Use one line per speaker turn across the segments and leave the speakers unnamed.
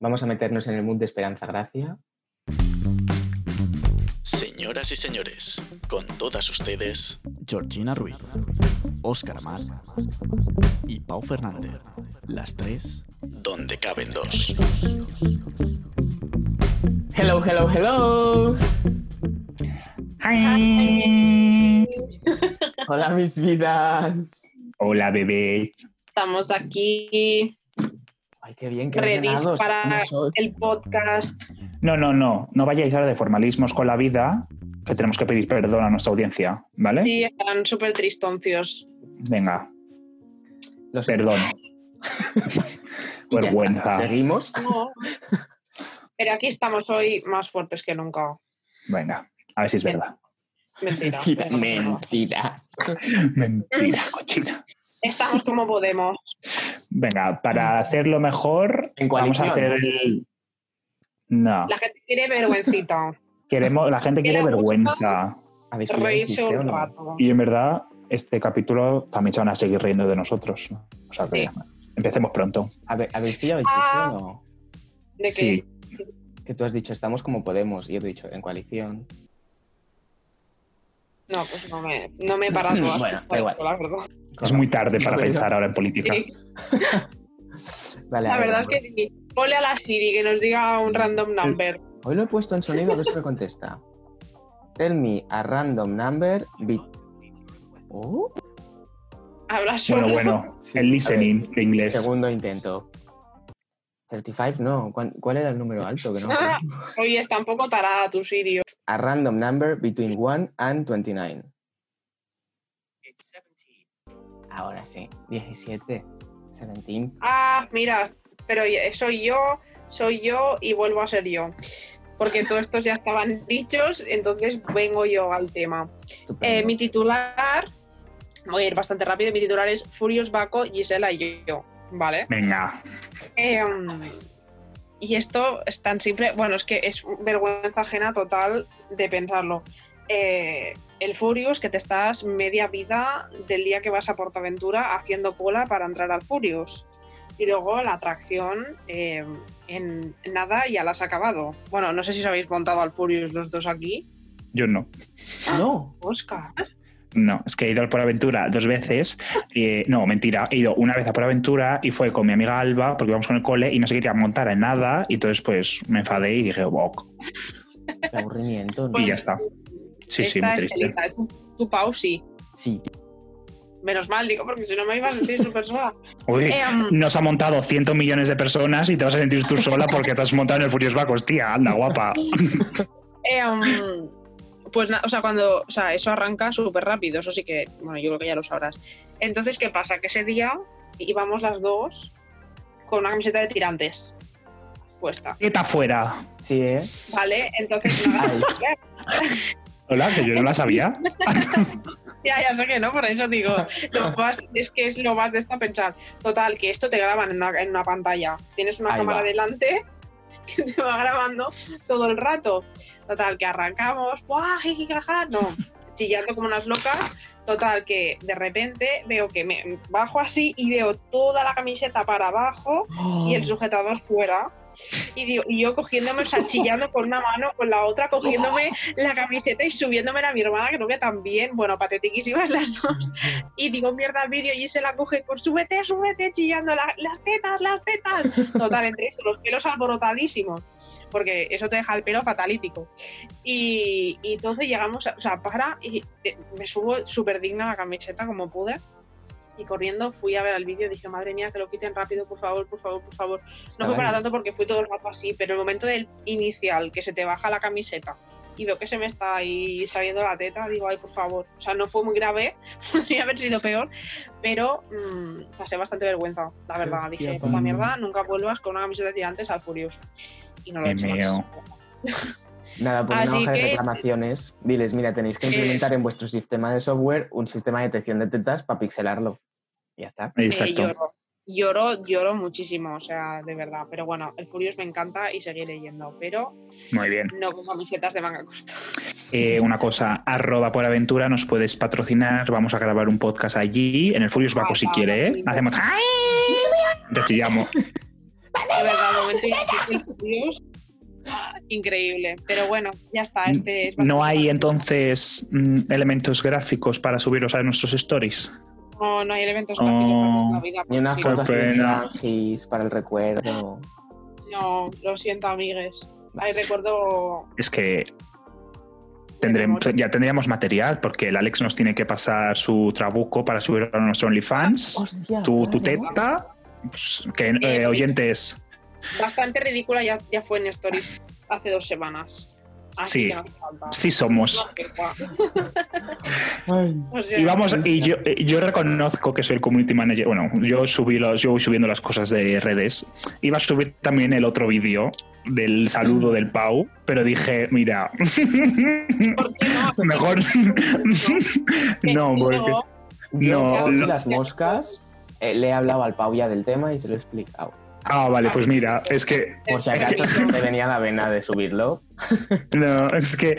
Vamos a meternos en el mood de Esperanza Gracia.
Señoras y señores, con todas ustedes,
Georgina Ruiz, Óscar Amar y Pau Fernández. Las tres.
donde caben dos.
Hello, hello, hello. Hola, mis vidas.
Hola, bebé.
Estamos aquí,
Ay, qué bien que
ready
ordenados
para
nosotros.
el podcast.
No, no, no. No vayáis ahora de formalismos con la vida, que tenemos que pedir perdón a nuestra audiencia,
¿Eh?
¿vale?
Sí, están súper tristoncios.
Venga,
Los-
perdón.
Y ya
Vergüenza.
está. Seguimos.
No. Pero aquí estamos hoy más fuertes que nunca.
Venga, a ver si es verdad.
Mentira.
Mentira.
Mentira, cochina.
Estamos como podemos.
Venga, para hacerlo mejor,
En
vamos a
coalición.
hacer el. No,
La gente tiene vergüencita.
queremos, la gente quiere
Era justo.
vergüenza.
¿Habéis pillado el
Reírse
chiste o
un
no?
rato.
Y en verdad, este capítulo también se van a seguir riendo de nosotros. O sea que
Sí.
empecemos pronto.
Habe- ¿Habéis pillado el chiste
Ah.
o no?
¿De qué?
Sí,
Que tú has dicho, estamos como Podemos. Y yo te he dicho, en coalición.
No, pues no me, no me he parado. a-
Mm, Bueno, da igual.
La verdad,
es muy tarde para
Bueno.
pensar ahora en política.
Sí.
Vale,
La
a ver,
verdad es que sí. Ponle a la Siri que nos diga un random number.
Hoy lo he puesto en sonido, a ver si me contesta. Tell me a random number bit. Oh,
Habrá solo.
Bueno, bueno, el listening de inglés.
segundo intento. 35, no. ¿Cuál, cuál era el número alto? Que no me acuerdo.
Ah, Oye, está un poco tarada tu Siri.
a random number between 1 and 29. Ahora sí, 17, 17.
ah, mira, pero ya- soy yo, soy yo y vuelvo a ser yo. Porque todos estos ya estaban dichos, entonces vengo yo al tema.
Estupendo.
Eh, mi titular, voy a ir bastante rápido, mi titular es Furious Baco, Gisela y yo, ¿vale?
Venga,
Em, y esto es tan simple, bueno, es que es vergüenza ajena total de pensarlo. Eh, el Furious que te estás media vida del día que vas a Portaventura haciendo cola para entrar al Furious. Y luego la atracción eh, en nada ya la has acabado. Bueno, no sé si os habéis montado al Furious los dos aquí.
yo no.
No,
Oscar.
No, es que he ido al Por Aventura dos veces. eh, no, mentira. He ido una vez a Por Aventura y fue con mi amiga Alba porque íbamos con el cole y no se quería montar en nada. Y entonces, pues me enfadé y dije, ok,
qué aburrimiento. ¿no?
y ya está. Sí, sí,
Esta
muy
es
triste.
Elisa, tu, tu Pau sí.
Sí,
Menos mal, digo, porque si no me iba a sentir súper sola.
Uy,
Em.
nos ha montado cientos millones de personas y te vas a sentir tú sola porque te has montado en el Furious Vacos, tía. Anda, guapa.
Eh, um, pues, na- o sea, cuando, o sea, eso arranca súper rápido, eso sí que, bueno, yo creo que ya lo sabrás. Entonces, ¿qué pasa? Que ese día íbamos las dos con una camiseta de tirantes puesta,
Quieta fuera.
sí, ¿eh?
¿vale? Entonces, nada,
Ay.
Hola, que yo no la sabía.
ya, ya sé que no, por eso digo, lo más- es que es lo más de esta pensar. Total, que esto te graban en una, en una pantalla. Tienes una
Ahí
cámara
va.
delante que te va grabando todo el rato. Total, que arrancamos, ¡buah, jiji, jaja! No, chillando como unas locas. Total, que de repente veo que me bajo así y veo toda la camiseta para abajo y el sujetador fuera. Y, digo, y yo cogiéndome, o sea, chillando con una mano, con la otra, cogiéndome la camiseta y subiéndomela a mi hermana, creo que también, bueno, patetiquísimas las dos. Y digo, mierda, el vídeo y se la coge con súbete, súbete, chillando, "La- las tetas, las tetas. Total, entre eso, los pelos alborotadísimos, porque eso te deja el pelo fatalítico. Y, y entonces llegamos, a- o sea, para, y eh, me subo súper digna la camiseta como pude. Y corriendo fui a ver el vídeo, dije, madre mía, que lo quiten rápido, por favor, por favor, por favor. No fue para tanto porque fui todo el rato así, pero el momento del inicial, que se te baja la camiseta y veo que se me está ahí saliendo la teta, digo, ay, por favor. O sea, no fue muy grave, podría haber sido peor, pero mm, pasé bastante vergüenza, la verdad.
Hostia,
dije,
pa.
puta mierda, nunca vuelvas con una camiseta de tirantes al Furious. Y no lo he
Me
hecho más.
meo.
Nada, por una
Así
hoja de
que- Eh,
reclamaciones, diles, mira, tenéis que implementar en vuestro sistema de software un sistema de detección de tetas para pixelarlo. Ya está.
Eh,
Exacto.
lloro. Lloro, lloro muchísimo, o sea, de verdad. Pero bueno, el Furious me encanta y seguiré yendo, pero
Muy bien.
no con camisetas de manga corta.
Eh, una cosa, arroba por aventura, nos puedes patrocinar, vamos a grabar un podcast allí, en el Furious Baco si quiere, ¿eh? Hacemos... ¡Ay! Te chillamos.
De verdad, momento difícil, Dios. Ah, Increíble. Pero bueno, ya está. Este es
¿No
bastante-
hay entonces mm, elementos gráficos para subirlos a nuestros stories?
No, no hay elementos
Oh.
gráficos para la vida.
Ni una
Sí,
foto así de
pena.
emojis para el recuerdo.
No, lo siento, amigues. Ahí recuerdo.
Es que tendremos, ya tendríamos material, porque el Alex nos tiene que pasar su trabuco para subir a nuestros OnlyFans,
Hostia.
tu, tu
claro.
teta, pues, que eh,
Bien.
oyentes,
Bastante ridícula ya, ya fue en Stories hace dos semanas. Así
Sí.
que no hace falta.
sí somos.
No, que guau.
Ay.
O sea,
Y vamos, y yo, y yo reconozco que soy el community manager. Bueno, yo subí los, yo voy subiendo las cosas de redes. Iba a subir también el otro vídeo del saludo
Mm.
del Pau, pero dije, mira,
¿por qué no?
mejor
Que
no, porque
no,
Yo,
No,
no,
lo-
las moscas, eh, le he hablado al Pau ya del tema y se lo he explicado.
ah, vale, pues mira, es que
Por si
Es que-
acaso se te venía la vena de subirlo.
No, es que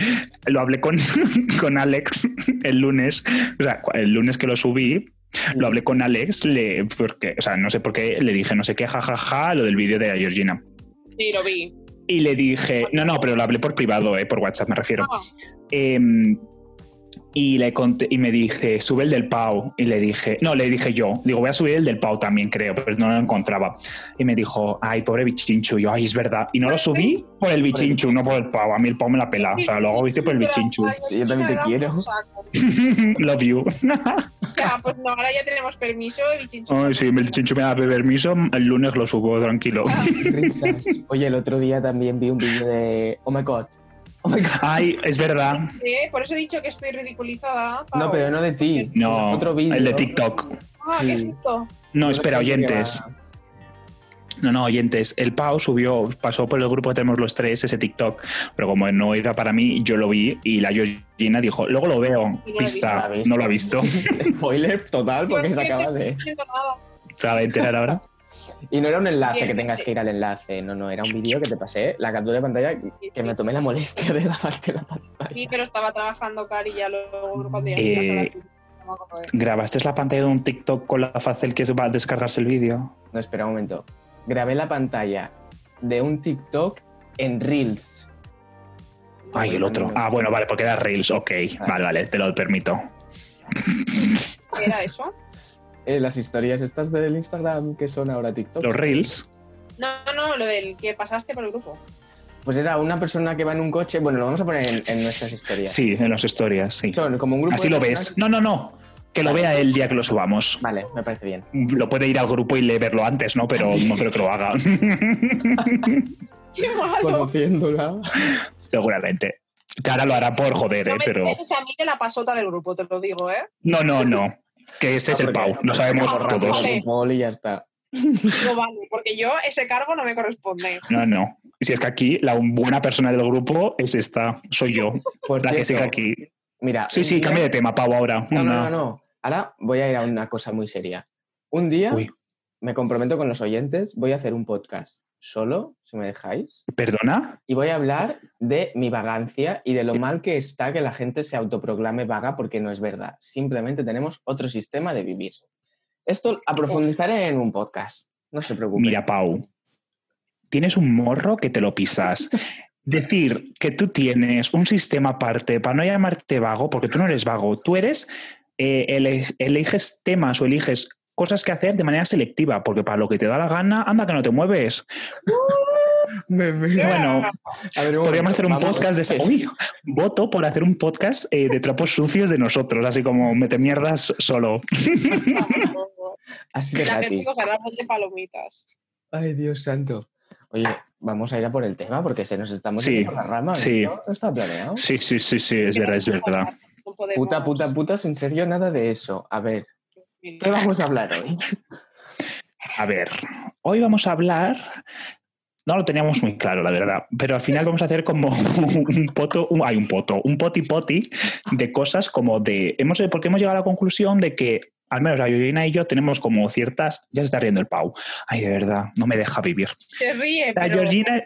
lo hablé con, con Alex el lunes, o sea, el lunes que lo subí,
Mm.
lo hablé con Alex, le, porque, o sea, no sé por qué, le dije, no sé qué, jajaja, lo del vídeo de la Georgina.
Sí, lo vi.
Y le dije, no, no, pero lo hablé por privado, eh, por WhatsApp me refiero.
Ah,
Em, y, le conté- y me dice, sube el del Pau. Y le dije, no, le dije yo, digo, voy a subir el del Pau también, creo, pero no lo encontraba. Y me dijo, ay, pobre bichinchu. Y yo, ay, es verdad. Y no lo subí por el bichinchu, no por el Pau. A mí el Pau me la pela. O sea, lo hago, hice por el bichinchu.
Ay,
Yo también te
me da un
quiero.
saco.
Love you.
Ya, pues no, ahora ya tenemos permiso. el bichinchu.
Ay, sí, el bichinchu me da permiso, el lunes lo subo, tranquilo.
Risas. Oye, el otro día también vi un vídeo de. Oh my god. Oh my god.
Ay, es verdad.
Eh, Por eso he dicho que estoy ridiculizada. Pau.
No, pero no de ti.
No,
Otro vídeo.
el de TikTok.
Ah, qué
sí.
susto.
No, espera, oyentes. No, no, oyentes, el Pau subió, pasó por el grupo que tenemos los tres, ese TikTok, pero como no era para mí, yo lo vi y la Georgina dijo, luego lo veo,
Y no lo
pista,
ha visto.
no lo ha visto,
Spoiler total, porque
Yo
se
es que
acaba
no
de.
estoy diciendo nada.
se va a enterar ahora.
Y no era un enlace que tengas que ir al enlace, no, no, era un vídeo que te pasé, la captura de pantalla, que me tomé la molestia de lavarte la pantalla.
Sí, pero estaba trabajando Cari ya luego cuando ya
Eh,
No me acuerdo.
¿Grabaste la pantalla de un TikTok con la facel que va a descargarse el vídeo?
No, espera un momento. Grabé la pantalla de un TikTok en Reels.
Ay, el otro. Ah, bueno, vale, porque era Reels, ok,
Ah.
vale, vale, te lo permito.
¿Era eso?
Eh, las historias estas del Instagram que son ahora TikTok.
Los Reels,
No, no, lo del que pasaste por el grupo.
Pues era una persona que va en un coche. Bueno, lo vamos a poner en, en nuestras historias.
sí, en las historias, sí.
Son como un grupo.
Así
de
lo
personas-
ves. No, no, no, que lo vea el día que lo subamos.
Vale, me parece bien.
Lo puede ir al grupo y le verlo antes, ¿no? Pero no creo que lo haga.
¡Qué malo!
Conociéndola.
Seguramente. Que ahora lo hará por joder,
no
¿eh?
me
pero.
tienes a mí de la pasota del grupo, te lo digo, ¿eh?
No, no, no. Que ese es el Pau, lo sabemos
Vale.
todos.
Y ya está.
Digo, vale, porque yo ese cargo no me corresponde.
No, no. Si es que aquí la buena persona del grupo es esta, soy yo,
Por
la que sigue
cierto,
aquí.
Mira.
Sí,
un
sí,
día-
cambia de tema, Pau, ahora.
No, no, no,
Una-
no. Ahora voy a ir a una cosa muy seria. Un día
Uy.
me comprometo con los oyentes, voy a hacer un podcast solo, si me dejáis,
¿Perdona?
y voy a hablar de mi vagancia y de lo mal que está que la gente se autoproclame vaga porque no es verdad. Simplemente tenemos otro sistema de vivir. Esto a profundizar en un podcast. No se preocupen.
Mira, Pau, tienes un morro que te lo pisas. Decir que tú tienes un sistema aparte para no llamarte vago, porque tú no eres vago, tú eres, eh, ele- eliges temas o eliges cosas que hacer de manera selectiva, porque para lo que te da la gana, anda que no te mueves.
A
Bueno,
ver, un momento,
podríamos hacer un
vamos.
podcast de esa- Uy, voto por hacer un podcast eh, de trapos sucios de nosotros, así como mete mierdas solo.
Así de
La gente
gratis.
cogerá de palomitas.
Ay, Dios santo. Oye, vamos a ir a por el tema porque se nos estamos
Sí,
yendo por las ramas.
sí.
¿no? No está planeado.
Sí, sí, sí, sí, es verdad, es verdad.
No podemos.
Puta, puta, puta, sin serio, nada de eso. A ver, ¿qué vamos a hablar hoy?
A ver, hoy vamos a hablar. No lo teníamos muy claro, la verdad, pero al final vamos a hacer como un poto, un- hay un poto, un poti poti de cosas como de. Hemos, porque hemos llegado a la conclusión de que, al menos la Yurina y yo, tenemos como ciertas. Ya se está riendo el Pau. Ay, de verdad, no me deja vivir.
Se ríe,
La
pero
Georgina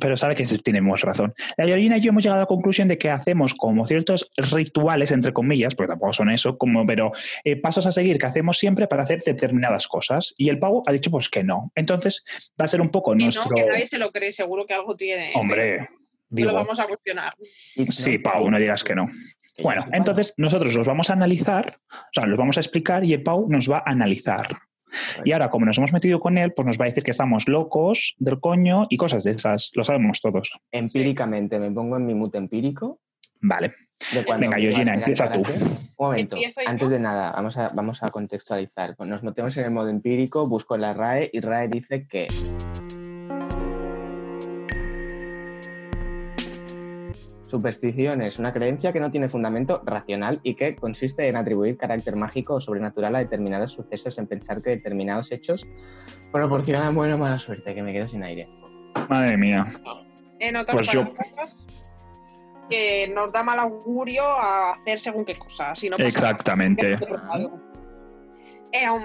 Pero sabe que sí tenemos razón. La Georgina y yo hemos llegado a la conclusión de que hacemos como ciertos rituales, entre comillas, porque tampoco son eso, como, pero eh, pasos a seguir que hacemos siempre para hacer determinadas cosas. Y el Pau ha dicho pues que no. Entonces va a ser un poco
Y
nuestro...
no, que nadie se lo cree, seguro que algo tiene. ¿eh?
Hombre,
No lo
digo...
vamos a cuestionar.
Sí, Pau, no digas que no. Bueno, entonces nosotros los vamos a analizar, o sea, los vamos a explicar y el Pau nos va a analizar. Y ahora, como nos hemos metido con él, pues nos va a decir que estamos locos del coño y cosas de esas. Lo sabemos todos.
Empíricamente, me pongo en mi mute empírico.
Vale.
de cuando-
Venga, Georgina, empieza tú.
espérate. Un momento,
Empiezo yo.
antes de nada, vamos a, vamos a contextualizar. Nos metemos en el modo empírico, busco la RAE y RAE dice que Superstición es una creencia que no tiene fundamento racional y que consiste en atribuir carácter mágico o sobrenatural a determinados sucesos en pensar que determinados hechos proporcionan buena o mala suerte, que me quedo sin aire.
Madre mía.
En otras
Pues yo-
palabras, que nos da mal augurio a hacer según qué cosas. Si no pasa
Exactamente.
Eh, um,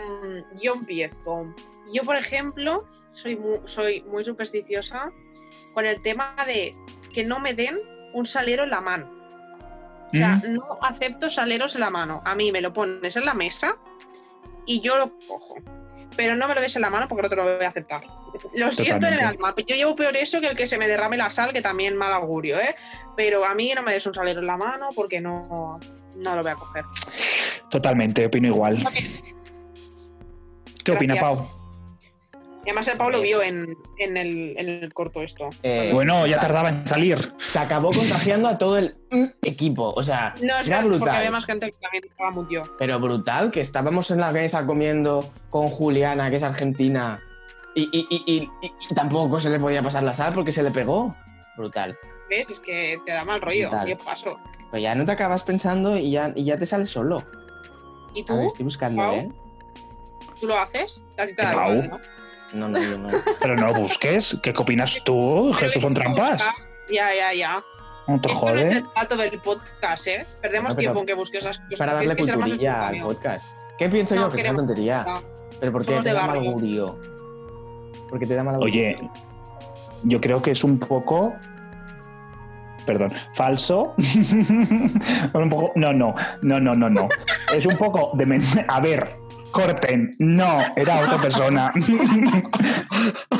yo empiezo. Yo, por ejemplo, soy muy, soy muy supersticiosa con el tema de que no me den un salero en la mano. O sea,
Mm,
no acepto saleros en la mano. A mí me lo pones en la mesa y yo lo cojo. Pero no me lo des en la mano porque no te lo voy a aceptar. Lo siento en el
Totalmente.
alma. Yo llevo peor eso que el que se me derrame la sal, que también mal augurio, ¿eh? Pero a mí no me des un salero en la mano porque no, no lo voy a coger.
Totalmente, opino igual.
Ok.
¿Qué opina,
Gracias.
Pau?
Y además el Pablo vio en, en el, en el corto esto.
Eh,
Bueno, ya tardaba en salir.
Se acabó contagiando a todo el equipo, o sea,
No, es
era
verdad, porque
brutal.
había más gente que también estaba muy yo.
Pero brutal, que estábamos en la mesa comiendo con Juliana, que es argentina, y, y- y- y- y- y tampoco se le podía pasar la sal porque se le pegó. Brutal.
¿Ves? Es que te da mal rollo.
Total.
Yo paso.
Pero ya no te acabas pensando y ya, y ya te sale solo.
¿Y tú?
A ver, estoy buscando,
Pau.
¿eh?
¿Tú lo haces? A ti te da
Pau.
igual, ¿no?
No, no, yo no.
Pero no busques. ¿Qué qué opinas tú?
Pues
Pero
Jesús, son
esto-
trampas.
Ya, ya, ya.
No te
Esto no es
jode.
el trato del podcast, ¿eh? Perdemos
No, pero
tiempo en que busques esas cosas.
Es para
porque
darle
es que será más
culturilla al
espontáneo.
podcast. ¿Qué pienso
No,
yo? Que es una
queremos-
tontería. Pero ¿por qué
Somos
te
de
da mal
barrio.
augurio? Porque te da mal augurio.
Oye, yo creo que es un poco. Perdón, falso. un poco. No, no, no, no, no, no. Es un poco de. men- A ver, corten. No, era otra persona.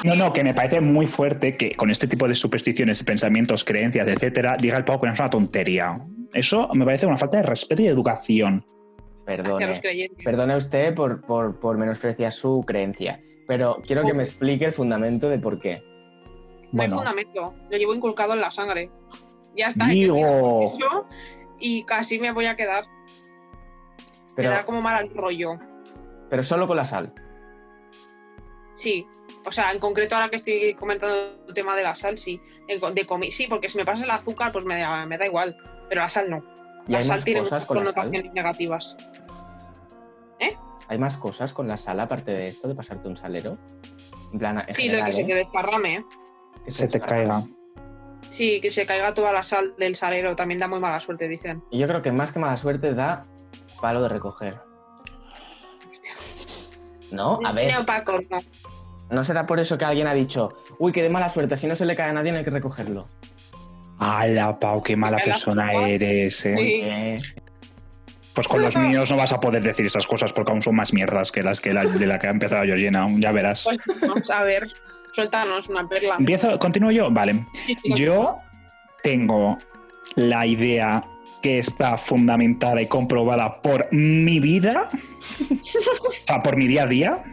no, no, que me parece muy fuerte que con este tipo de supersticiones, pensamientos, creencias, etcétera, diga el pavo que no es una tontería. Eso me parece una falta de respeto y de educación.
Hacia
Perdone.
los creyentes.
Perdone usted por, por, por menospreciar su creencia. Pero quiero que me explique el fundamento de por qué.
No hay
Bueno.
fundamento. Lo llevo inculcado en la sangre. Ya está.
Digo.
yo- Y casi me voy a quedar. Me
Pero,
da como mal rollo.
pero solo con la sal.
Sí. O sea, en concreto ahora que estoy comentando el tema de la sal, sí. En co- De comi sí, porque si me pasa el azúcar, pues me da, me da igual. Pero la sal no.
Y
La
hay
sal
más
tiene
cosas
muchas
con la sal.
connotaciones negativas.
¿Hay más cosas con la sal aparte de esto, de pasarte un salero? En plan, en
Sí, lo
general,
que se
¿eh?
te desparrame.
Que
Se te caiga.
Sí, que se caiga toda la sal del salero. También da muy mala suerte, dicen.
Y yo creo que más que mala suerte da palo de recoger. No, a ver,
No, Paco, no.
no será por eso que alguien ha dicho, uy, que de mala suerte, si no se le cae a nadie no hay que recogerlo.
¡Hala, Pau, qué mala
Me cae la
persona
sopa.
eres! eh.
Sí.
Eh,
Pues con los míos no vas a poder decir esas cosas porque aún son más mierdas que las que la- de la que ha empezado Georgina, ya verás.
Pues, vamos a ver. Suéltanos una perla.
Empiezo, continúo yo, vale.
Sí, sí,
Yo tengo la idea que está fundamentada y comprobada por mi vida, o sea, por mi día a día,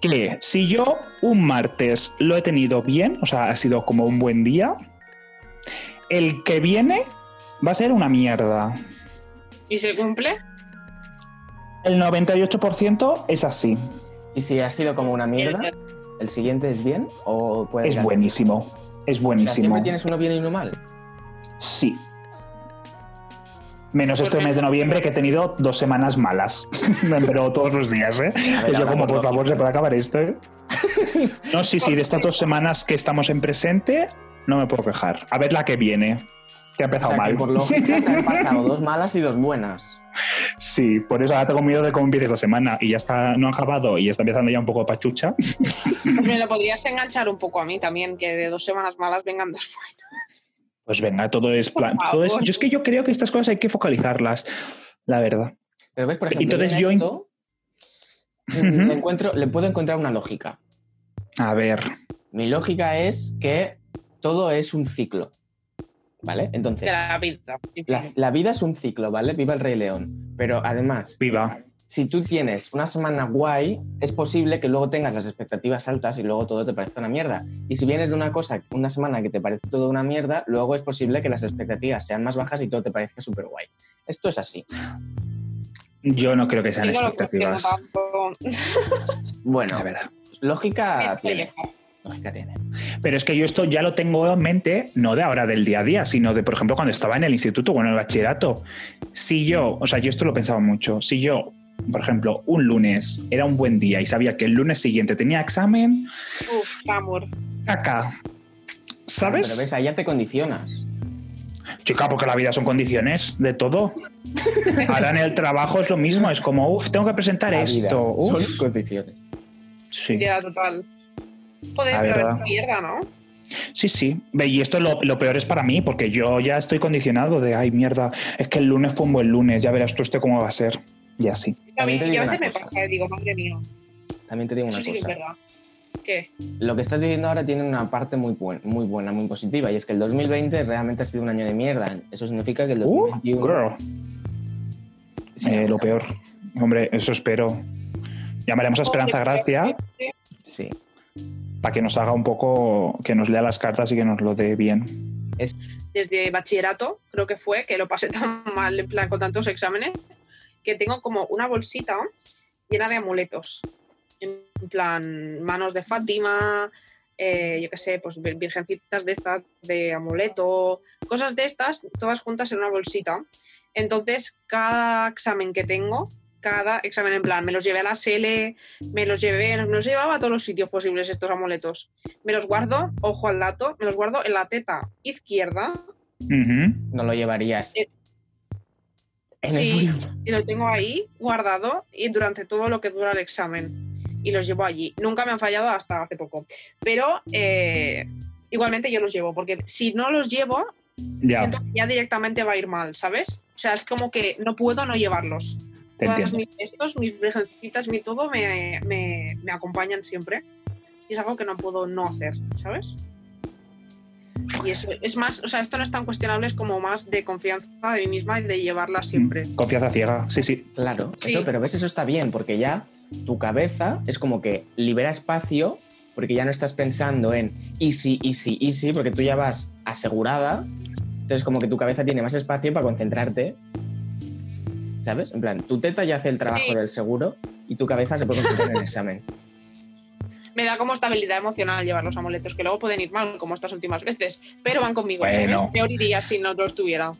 que si yo un martes lo he tenido bien, o sea, ha sido como un buen día, el que viene va a ser una mierda.
¿Y se cumple?
El 98% es así.
y si ha sido como una mierda, ¿el siguiente es bien o puede
Es
ser-
buenísimo. Es
O sea, siempre
buenísimo.
tienes uno bien y uno mal.
Sí. Menos este
Porque-
mes de noviembre que he tenido dos semanas malas. Pero todos los días, ¿eh?
A ver,
Que yo
ahora
como, por
por
favor, se puede acabar esto, ¿eh? No, sí, sí, de estas dos semanas que estamos en presente, no me puedo quejar. A ver la que viene. Que ha
O
empezado
sea, que
mal.
por lógica te han pasado dos malas y dos buenas.
Sí, por eso ahora tengo miedo de cómo empiece esta semana y ya está, no ha acabado y ya está empezando ya un poco pachucha.
Pues me lo podrías enganchar un poco a mí también, que de dos semanas malas vengan dos buenas.
Pues venga, todo es plan.
Por
Todo es,
favor.
yo es que yo creo que estas cosas hay que focalizarlas, la verdad.
Pero ves, por
Y
ejemplo,
entonces
en
yo-
esto,
Ujú.
le encuentro, le puedo encontrar una lógica.
A ver,
Mi lógica es que todo es un ciclo. ¿Vale? Entonces,
De la vida.
la, la vida es un ciclo, ¿vale? Viva el Rey León. Pero además,
viva.
si tú tienes una semana guay, es posible que luego tengas las expectativas altas y luego todo te parezca una mierda. Y si vienes de una cosa, una semana que te parece todo una mierda, luego es posible que las expectativas sean más bajas y todo te parezca súper guay. Esto es así.
Yo no creo que sean
Digo lo que opino
expectativas.
tanto.
Bueno,
A ver.
lógica tiene.
Pellejo.
Lógica tiene.
Pero es que yo esto ya lo tengo en mente, no de ahora del día a día, sino de, por ejemplo, cuando estaba en el instituto o en el bachillerato. Si yo, o sea, yo esto lo pensaba mucho, si yo, por ejemplo, un lunes era un buen día y sabía que el lunes siguiente tenía examen,
Uf, amor.
caca.
Pero
¿Sabes?
ves, ahí ya te condicionas.
Chica, porque la vida son condiciones de todo. Ahora en el trabajo es lo mismo, es como, uff, tengo que presentar
La vida
esto. uf,
Son condiciones.
sí.
Ya, total. Joder,
La
pero
verdad.
es mierda, ¿no?
Sí, sí. Ve, Y esto lo, lo peor es para mí, porque yo ya estoy condicionado de, ay, mierda, es que el lunes fue un buen lunes, ya verás tú este cómo va a ser. Y así.
A
También
mí,
te
yo
digo
a veces
una
me
cosa.
pasa, digo, madre mía,
También te digo una
eso sí que es
cosa.
verdad. ¿Qué?
Lo que estás diciendo ahora tiene una parte muy, buen- muy buena, muy positiva, y es que el 2020 realmente ha sido un año de mierda. Eso significa que el
Uh,
2021...
girl.
Sí,
Eh, lo peor. Hombre, eso espero. Llamaremos a Esperanza
pues, eh,
Gracia
Sí.
para que nos haga un poco, que nos lea las cartas y que nos lo dé bien.
Desde bachillerato, creo que fue, que lo pasé tan mal, en plan, con tantos exámenes, que tengo como una bolsita llena de amuletos. En plan, manos de Fátima, eh, yo qué sé, pues vir- virgencitas de estas, de amuleto, cosas de estas, todas juntas en una bolsita. Entonces, cada examen que tengo, cada examen en plan, me los llevé a la SELE, me los llevé, me los llevaba a todos los sitios posibles estos amuletos. Me los guardo, ojo al dato, me los guardo en la teta izquierda
Ujú.
No lo llevarías.
Eh,
en
sí.
el frío.
y lo tengo ahí guardado y durante todo lo que dura el examen y los llevo allí. Nunca me han fallado hasta hace poco, pero eh, igualmente yo los llevo porque si no los llevo
Ya,
siento que ya directamente va a ir mal, ¿sabes? O sea, es como que no puedo no llevarlos.
te
Todas
entiendo.
mis, estos, mis virgencitas, mi todo me, me, me acompañan siempre y es algo que no puedo no hacer, ¿sabes? Y eso es más, o sea, esto no es tan cuestionable, es como más de confianza de mí misma y de llevarla siempre.
Mm, Confianza ciega. Sí, sí.
Claro,
Sí.
eso, pero ves, eso está bien, porque ya tu cabeza es como que libera espacio, porque ya no estás pensando en easy, easy, easy, porque tú ya vas asegurada. Entonces, como que tu cabeza tiene más espacio para concentrarte. ¿Sabes? En plan, tu teta ya hace el trabajo
Sí.
del seguro y tu cabeza se puede concentrar en el examen.
Me da como estabilidad emocional llevar los amuletos, que luego pueden ir mal, como estas últimas veces, pero van conmigo. ¿sabes?
Bueno.
Peor iría si no los tuviera.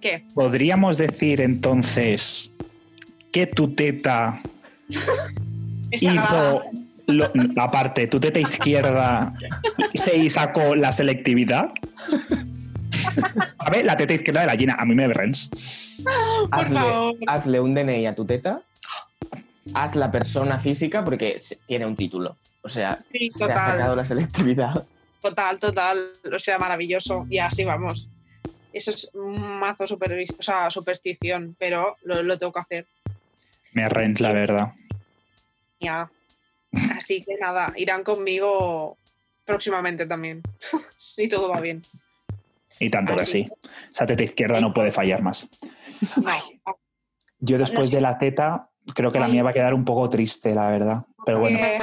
¿Qué?
Podríamos decir entonces que tu teta
Es sagrada.
hizo lo- aparte, tu teta izquierda se y sacó la selectividad. A ver, la teta izquierda de la Gina, a mí me berrens.
Por favor.
hazle un DNI a tu teta, haz la persona física porque se- tiene un título. O sea,
Sí,
se ha sacado
total,
la selectividad.
total, total. O sea, maravilloso. Y así vamos. Eso es un mazo super, o sea, superstición, pero lo, lo tengo que hacer.
Me rent, la verdad.
Ya. Así que nada, irán conmigo próximamente también. Si todo va bien.
Y tanto que sí. Esa teta izquierda no puede fallar más.
No.
Yo después de la teta, creo que la mía va a quedar un poco triste, la verdad. Pero bueno,
Eh,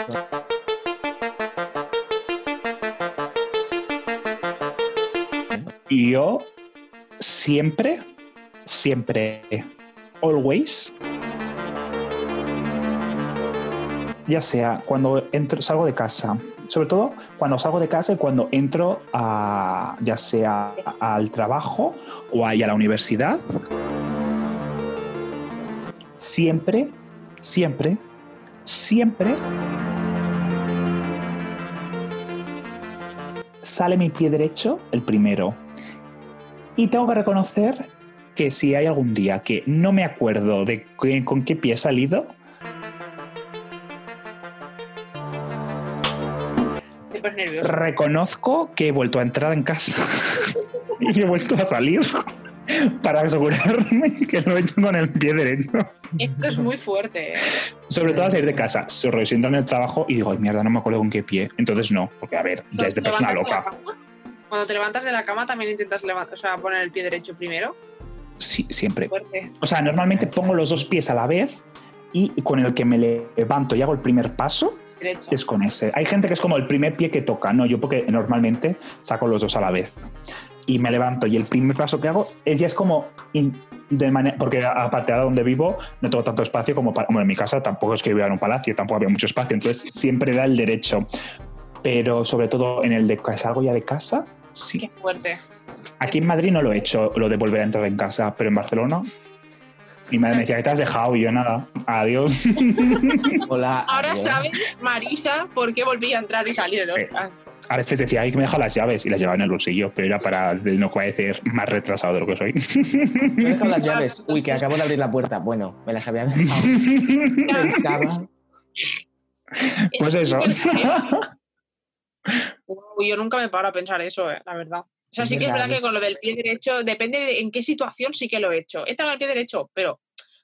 yo siempre, siempre, always, ya sea cuando entro, salgo de casa, sobre todo cuando salgo de casa y cuando entro a, ya sea al trabajo o ahí a la universidad, siempre, siempre, siempre sale mi pie derecho el primero. Y tengo que reconocer que si hay algún día que no me acuerdo de qué- con qué pie he salido,
Súper nervioso.
reconozco que he vuelto a entrar en casa y he vuelto a salir para asegurarme que lo he hecho con el pie derecho.
Esto es muy fuerte. ¿eh?
Sobre todo a salir de casa. Se resiento en el trabajo y digo, ay, mierda, no me acuerdo con qué pie. Entonces no, porque a ver, ya es de
Cuando
persona
te levantas de la
loca.
cama- Cuando te levantas de la cama también intentas levantar, o sea, poner el pie derecho primero.
Sí, siempre.
Fuerte.
O sea, normalmente pongo los dos pies a la vez y con el que me levanto y hago el primer paso
Derecho.
es con ese. Hay gente que es como el primer pie que toca. No, yo porque normalmente saco los dos a la vez y me levanto y el primer paso que hago es ya es como in- de manera porque a- aparte ahora donde vivo no tengo tanto espacio como para, bueno, en mi casa tampoco es que viva en un palacio tampoco había mucho espacio entonces siempre era el derecho pero sobre todo en el de que salgo ya de casa sí
Qué fuerte.
Aquí en Madrid no lo he hecho, lo de volver a entrar en casa, pero en Barcelona. Mi madre me decía, ¿qué te has dejado? Y yo nada, adiós.
Hola.
Ahora
adiós.
sabes, Marisa, por qué volví a entrar y salir. ¿no?
Sí.
Ah,
A veces decía, ay, que me he dejado las llaves y las llevaba en el bolsillo, pero era para de- no parecer más retrasado de lo que soy.
Me he dejado las llaves. Uy, que acabo de abrir la puerta. Bueno, me las había dejado. Pensaba.
pues eso.
Guau, yo nunca me paro a pensar eso, eh, la verdad. O sea,
Es
sí que es
verdad,
verdad
Alex.
que con lo del pie derecho, depende de en qué situación sí que lo he hecho. He tragado el pie derecho, pero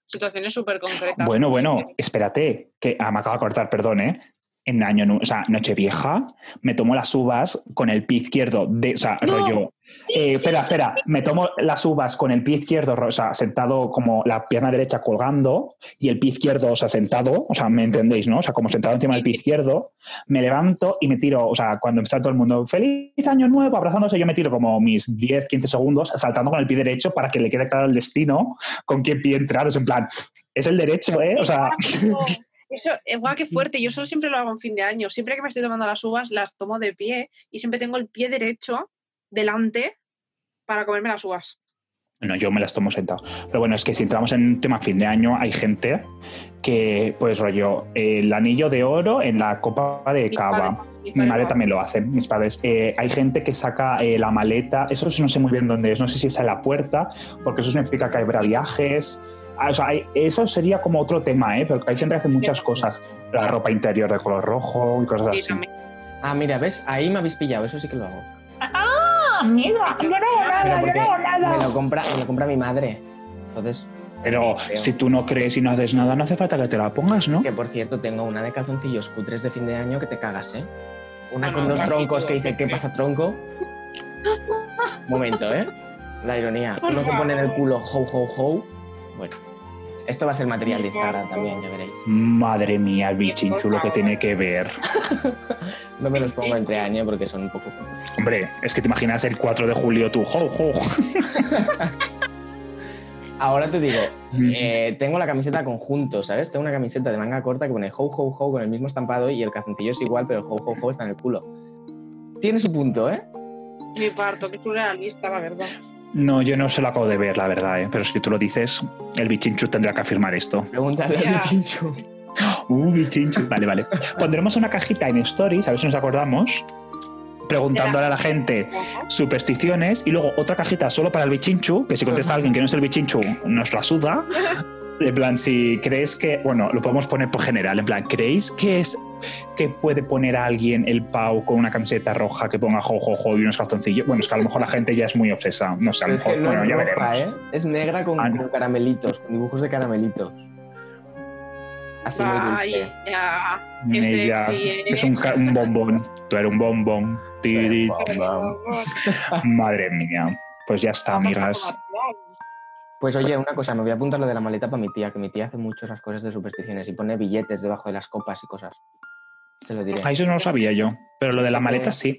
situaciones súper concretas.
bueno, bueno, espérate, que ah, me acabo de cortar, perdón, ¿eh? En año, nu- o sea, Nochevieja, me tomo las uvas con el pie izquierdo, de, o sea,
No.
rollo. eh, espera, espera, me tomo las uvas con el pie izquierdo, ro- o sea, sentado como la pierna derecha colgando y el pie izquierdo, o sea, sentado, o sea, me entendéis, ¿no? O sea, como sentado encima del pie izquierdo, me levanto y me tiro, o sea, cuando está todo el mundo, feliz año nuevo, abrazándose, yo me tiro como mis 10, 15 segundos saltando con el pie derecho para que le quede claro el destino con qué pie entrar, es en plan, es el derecho, ¿eh? O sea,
No, Eso, eh, guau, qué fuerte. Yo solo siempre lo hago en fin de año. Siempre que me estoy tomando las uvas, las tomo de pie y siempre tengo el pie derecho delante para comerme las uvas.
No, yo me las tomo sentado. Pero bueno, es que si entramos en un tema fin de año, hay gente que, pues rollo, el anillo de oro en la copa de
Mi
cava.
padre-
Mi
padre
madre
lo
también lo hace, mis padres. Eh, hay gente que saca eh, la maleta, eso sí no sé muy bien dónde es, no sé si está en la puerta, porque eso significa que habrá viajes. Ah, o sea, hay- eso sería como otro tema, ¿eh? Porque hay gente que hace muchas cosas, la ropa interior de color rojo y cosas
hace. Sí,
así.
también.
Ah, mira, ¿ves? Ahí me habéis pillado. Eso sí que lo hago. Pero porque me lo compra, me lo compra mi madre. Entonces,
Pero
Sí, creo.
si tú no crees y no haces nada, no hace falta que te la pongas, ¿no?
que por cierto, tengo una de calzoncillos cutres de fin de año que te cagas, ¿eh? Una
Ah,
con
no,
dos
tranquilo,
troncos que dice, ¿qué
tranquilo".
pasa, tronco? Momento, ¿eh? La ironía.
Por
Uno que pone en el
favor.
culo, ho, ho, ho. Bueno, esto va a ser material de
Por
Instagram
favor.
también, ya veréis.
Madre mía, el bichinchu, lo que tiene que ver.
No me los pongo entre año porque son un poco...
Hombre, es que te imaginas el 4 de julio tú. jo, jo.
Ahora te digo, eh, tengo la camiseta conjunto, ¿sabes? Tengo una camiseta de manga corta que pone ho, ho, ho con el mismo estampado y el calzoncillo es igual, pero el ho, ho, ho está en el culo. Tiene su punto, ¿eh?
Mi parto, que surrealista, la verdad.
No, yo no se lo acabo de ver, la verdad, ¿eh? pero si tú lo dices, el bichinchu tendrá que afirmar esto.
Pregúntale
Ya.
a Bichinchu.
Uh, bichinchu. Vale, vale. Pondremos una cajita en Stories, a ver si nos acordamos, preguntándole a la gente
Ojo.
supersticiones y luego otra cajita solo para el bichinchu, que si contesta alguien que no es el bichinchu, nos la suda. En plan, si crees que, bueno, lo podemos poner por general, en plan, ¿creéis que es que puede poner a alguien el Pau con una camiseta roja que ponga jojojo y unos calzoncillos? Bueno, es que a lo mejor la gente ya es muy obsesa, no sé, a
Pero
lo
es que
mejor,
no
bueno, ya
es
veremos.
roja, ¿eh? Es negra con,
Ah, no.
con caramelitos, con dibujos de caramelitos. Así muy dulce.
Vaya. Qué
Ella
sexy, ¿eh?
es un, ca- un bombón, tú eres un bombón, tiri,
Pero, vamos.
madre mía. Pues ya está, amigas.
Pues oye, una cosa, me voy a apuntar lo de la maleta para mi tía, que mi tía hace mucho esas cosas de supersticiones y pone billetes debajo de las copas y cosas. Se lo diré.
Ah, eso no lo sabía yo, pero lo de la maleta sí.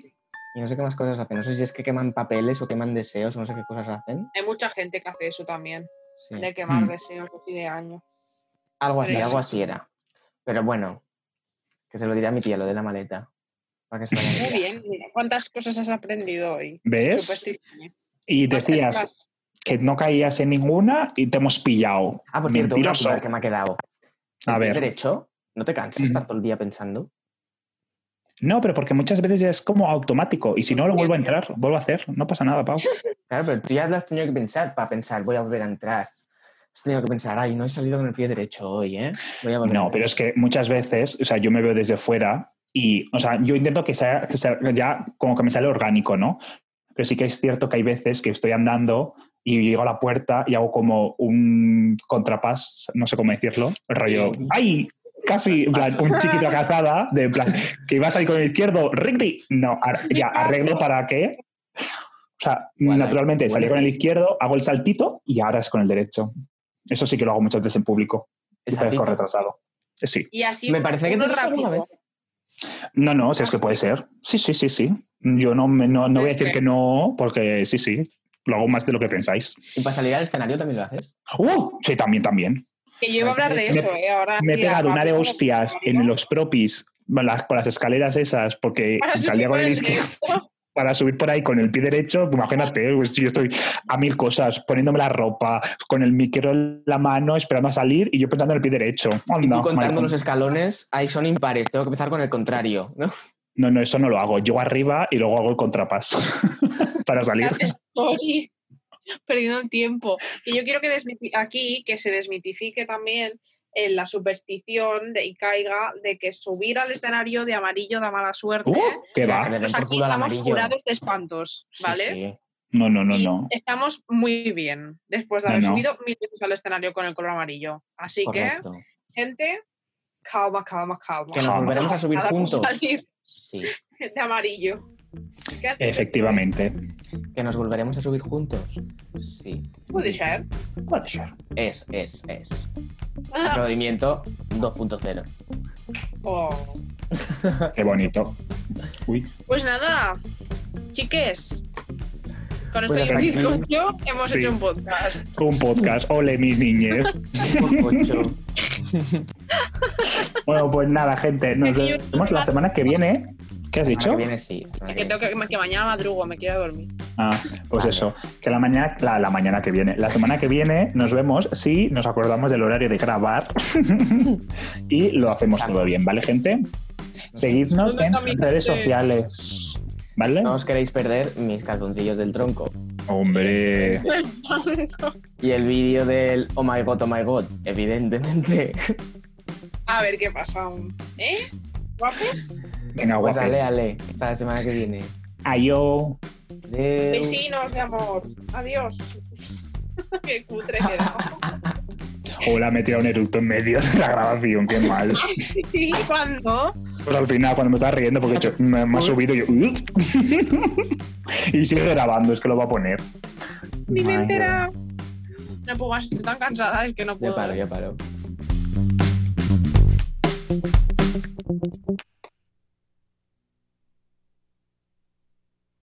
Y no sé qué más cosas hacen. No sé si es que queman papeles o queman deseos o no sé qué cosas hacen.
Hay mucha gente que hace eso también,
Sí.
de quemar
Hmm.
deseos así de año.
Algo así,
Pero
algo
sí.
así era. Pero bueno, que se lo diré a mi tía, lo de la maleta. Para que se vaya
Muy
ella.
bien, mira, ¿cuántas cosas has aprendido hoy?
¿Ves?
Supersticiones.
Y decías que no caías en ninguna y te hemos pillado.
Ah, por cierto, una
Mentiroso.
cosa que me ha quedado.
A
El pie
ver.
derecho? ¿No te cansas de estar todo el día pensando?
No, pero porque muchas veces ya es como automático y si no lo vuelvo a entrar, vuelvo a hacer, no pasa nada, Pau.
Claro, pero tú ya lo has tenido que pensar para pensar, voy a volver a entrar. Has tenido que pensar, ay, no he salido con el pie derecho hoy, ¿eh? Voy a volver a
No,
entrar".
pero es que muchas veces, o sea, yo me veo desde fuera y, o sea, yo intento que sea, que sea ya como que me sale orgánico, ¿no? Pero sí que es cierto que hay veces que estoy andando y llego a la puerta y hago como un contrapás, no sé cómo decirlo, rollo, ¡ay! Casi, en plan, un chiquito a cazada, de en plan, que iba a salir con el izquierdo, recti. No, ar- ya, arreglo para que. O sea,
Bueno,
naturalmente
bueno.
salí con el izquierdo, hago el saltito y ahora es con el derecho. Eso sí que lo hago muchas veces en público.
El
Y parezco
saltito.
retrasado. Sí.
Y así.
Me parece que te
uno
pasa alguna
rápido.
vez.
No, no, si es que puede ser. Sí, sí, sí, sí. Yo no, me- no, no voy a decir que no, porque sí, sí. Lo hago más de lo que pensáis.
Y para salir al escenario también lo haces.
¡Uh! Sí, también, también.
Que yo iba a hablar de
Me-
eso, ¿eh? Ahora.
Me he
sí,
pegado una de
rápido,
hostias
¿no?
en los propis con las- con las escaleras esas, porque
Para
salía
subir
con
por
el
el
izquierdo
derecho.
para subir por ahí con el pie derecho. Imagínate, pues, yo estoy a mil cosas, poniéndome la ropa, con el micro en la mano, esperando a salir y yo pensando en el pie derecho.
Y tú
Anda,
contando
maricón.
los escalones, ahí son impares, tengo que empezar con el contrario, ¿no?
No, no, eso no lo hago. Llego arriba y luego hago el contrapaso para salir.
Estoy perdiendo el tiempo. Y yo quiero que desmiti- aquí que se desmitifique también eh, la superstición de, y caiga de que subir al escenario de amarillo da mala suerte.
¡Uh! ¿Qué
Que
va?
le den
Pues
por
aquí
culo al
estamos
amarillo.
curados de espantos,
Sí,
¿vale?
sí.
No, no, no,
Y
no.
Estamos muy bien después de
No,
haber
no.
subido mil veces al escenario con el color amarillo. Así
Correcto.
que, gente, calma, calma, calma.
Que nos
Jamás.
volveremos a subir
Nada como
juntos.
salir
Sí.
de amarillo. ¿Qué haces?
Efectivamente.
Que nos volveremos a subir juntos. Sí.
Puede ser.
Puede ser.
Es, es, es.
Ah,
Aplaudimiento 2.0.
oh.
Qué bonito. Uy.
Pues nada, chiques. Con esto
Pues
y el
hasta aquí.
bizcocho hemos
Sí.
hecho un podcast.
Un podcast. Ole, mis niñez.
Ocho.
bueno, pues nada, gente. Nos vemos la semana que viene. ¿Qué has
La
dicho?
que viene sí. la semana que
Que, tengo que, que mañana madrugo, me quiero dormir.
Ah, pues
Vale.
eso. Que la mañana, la, la mañana que viene. La semana que viene nos vemos si nos acordamos del horario de grabar. y lo hacemos todo bien, ¿vale, gente? Seguidnos en redes sociales. ¿Vale?
No os queréis perder mis calzoncillos del tronco.
Hombre.
Y el vídeo del Oh my god, oh my god, evidentemente.
A ver qué pasa aún. ¿Eh? ¿Guapos?
Venga,
Pues ale,
guapes.
ale. Hasta la semana que viene.
Adiós.
Adeu.
Vecinos de amor. Adiós. qué cutre queda.
Hola, me he tirado un eructo en medio de la grabación, qué mal.
¿Y cuándo?
Pues al final, cuando me estaba riendo, porque he hecho- me, me ha subido y yo. y sigue grabando, es que lo va a poner.
Ni me
Madre.
entera. No puedo más, estoy tan cansada, es que no
Ya
puedo.
paro, ya paro.